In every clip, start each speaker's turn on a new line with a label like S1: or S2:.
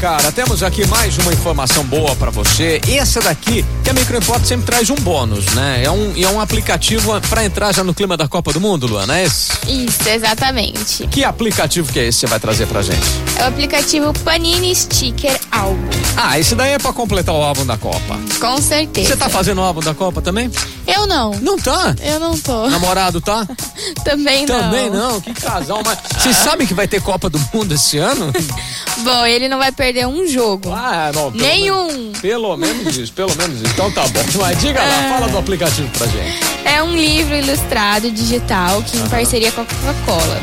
S1: cara, temos aqui mais uma informação boa para você. Essa daqui, que a Microimport sempre traz um bônus, né? É um, é um aplicativo para entrar já no clima da Copa do Mundo, Luana, é esse?
S2: Isso, exatamente.
S1: Que aplicativo que é esse que você vai trazer pra gente?
S2: É o aplicativo Panini Sticker Álbum.
S1: Ah, esse daí é pra completar o álbum da Copa.
S2: Com certeza.
S1: Você tá fazendo o álbum da Copa também?
S2: Eu não.
S1: Não tá?
S2: Eu não tô.
S1: Namorado tá?
S2: Também não. Ah.
S1: Também não, que casal. Mas vocês sabem que vai ter Copa do Mundo esse ano?
S2: Bom, ele não vai perder um jogo.
S1: Ah, não. pelo
S2: Nenhum.
S1: menos- Pelo menos isso, pelo menos isso. Então tá bom. Vai, diga lá, fala do aplicativo pra gente.
S2: É um livro ilustrado digital que em parceria com a Coca-Cola.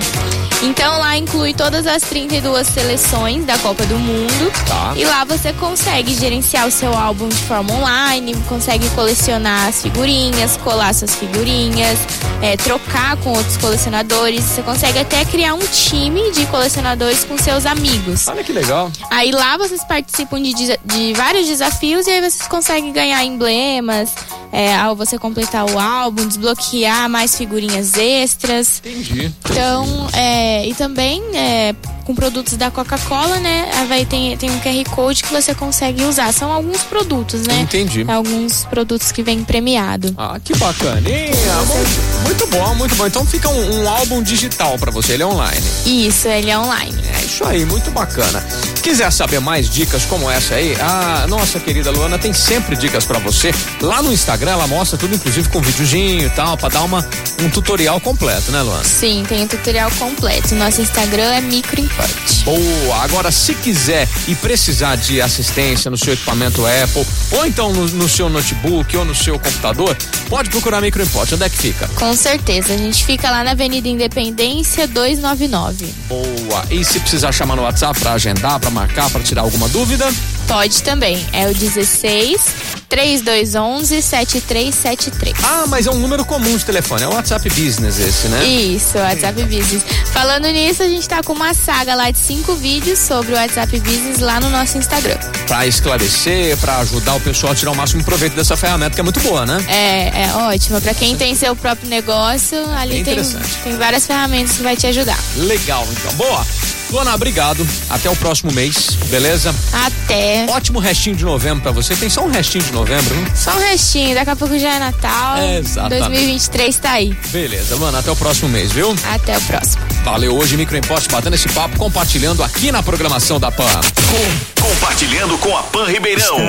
S2: Então lá inclui todas as 32 seleções da Copa do Mundo.
S1: Tá.
S2: E lá você consegue gerenciar o seu álbum de forma online, consegue colecionar as figurinhas, colar suas figurinhas, é, trocar com outros colecionadores. Você consegue até criar um time de colecionadores com seus amigos.
S1: Olha que legal.
S2: Aí lá vocês participam de, desa- de vários desafios e aí vocês conseguem ganhar emblemas, é, ao você completar o álbum, desbloquear mais figurinhas extras.
S1: Entendi.
S2: Então, é, e também é, com produtos da Coca-Cola, né? aí Vai, tem, tem um QR Code que você consegue usar. São alguns produtos, né?
S1: Entendi.
S2: Alguns produtos que vem premiado.
S1: Ah, que bacaninha. Mu- Muito bom, muito bom. Então fica um, um álbum digital pra você, ele é online.
S2: Isso, ele é online.
S1: É isso aí, muito bacana. Quiser saber mais dicas como essa aí, a nossa querida Luana tem sempre dicas pra você. Lá no Instagram ela mostra tudo, inclusive com videozinho e tal, pra dar uma, um tutorial completo, né, Luana?
S2: Sim, tem o tutorial completo. Nosso Instagram é microimport.
S1: Boa! Agora, se quiser e precisar de assistência no seu equipamento Apple, ou então no, no seu notebook ou no seu computador, pode procurar a Microimport. Onde é que fica?
S2: Com certeza, a gente fica lá na Avenida Independência 299.
S1: Boa! E se precisar chamar no WhatsApp pra agendar, pra marcar, pra tirar alguma dúvida,
S2: Pode também, é o 16 3211 7373.
S1: ah, mas é um número comum de telefone, é o WhatsApp Business esse, né?
S2: Isso, WhatsApp Business. Falando nisso, a gente tá com uma saga lá de cinco vídeos sobre o WhatsApp Business lá no nosso Instagram.
S1: Pra esclarecer, pra ajudar o pessoal a tirar o máximo proveito dessa ferramenta que é muito boa, né?
S2: É, é ótimo. Pra quem tem seu próprio negócio, ali tem,
S1: interessante.
S2: tem várias ferramentas que vai te ajudar.
S1: Legal, então. Boa! Luana, obrigado. Até o próximo mês, beleza?
S2: Até.
S1: Ótimo restinho de novembro pra você. Tem só um restinho de novembro, né?
S2: Só um restinho, daqui a pouco já é Natal.
S1: Exatamente.
S2: 2023 tá aí.
S1: Beleza, Luana, até o próximo mês, viu?
S2: Até o próximo.
S1: Valeu hoje, Microimposto, batendo esse papo, compartilhando aqui na programação da PAN.
S3: Compartilhando com a Pan Ribeirão.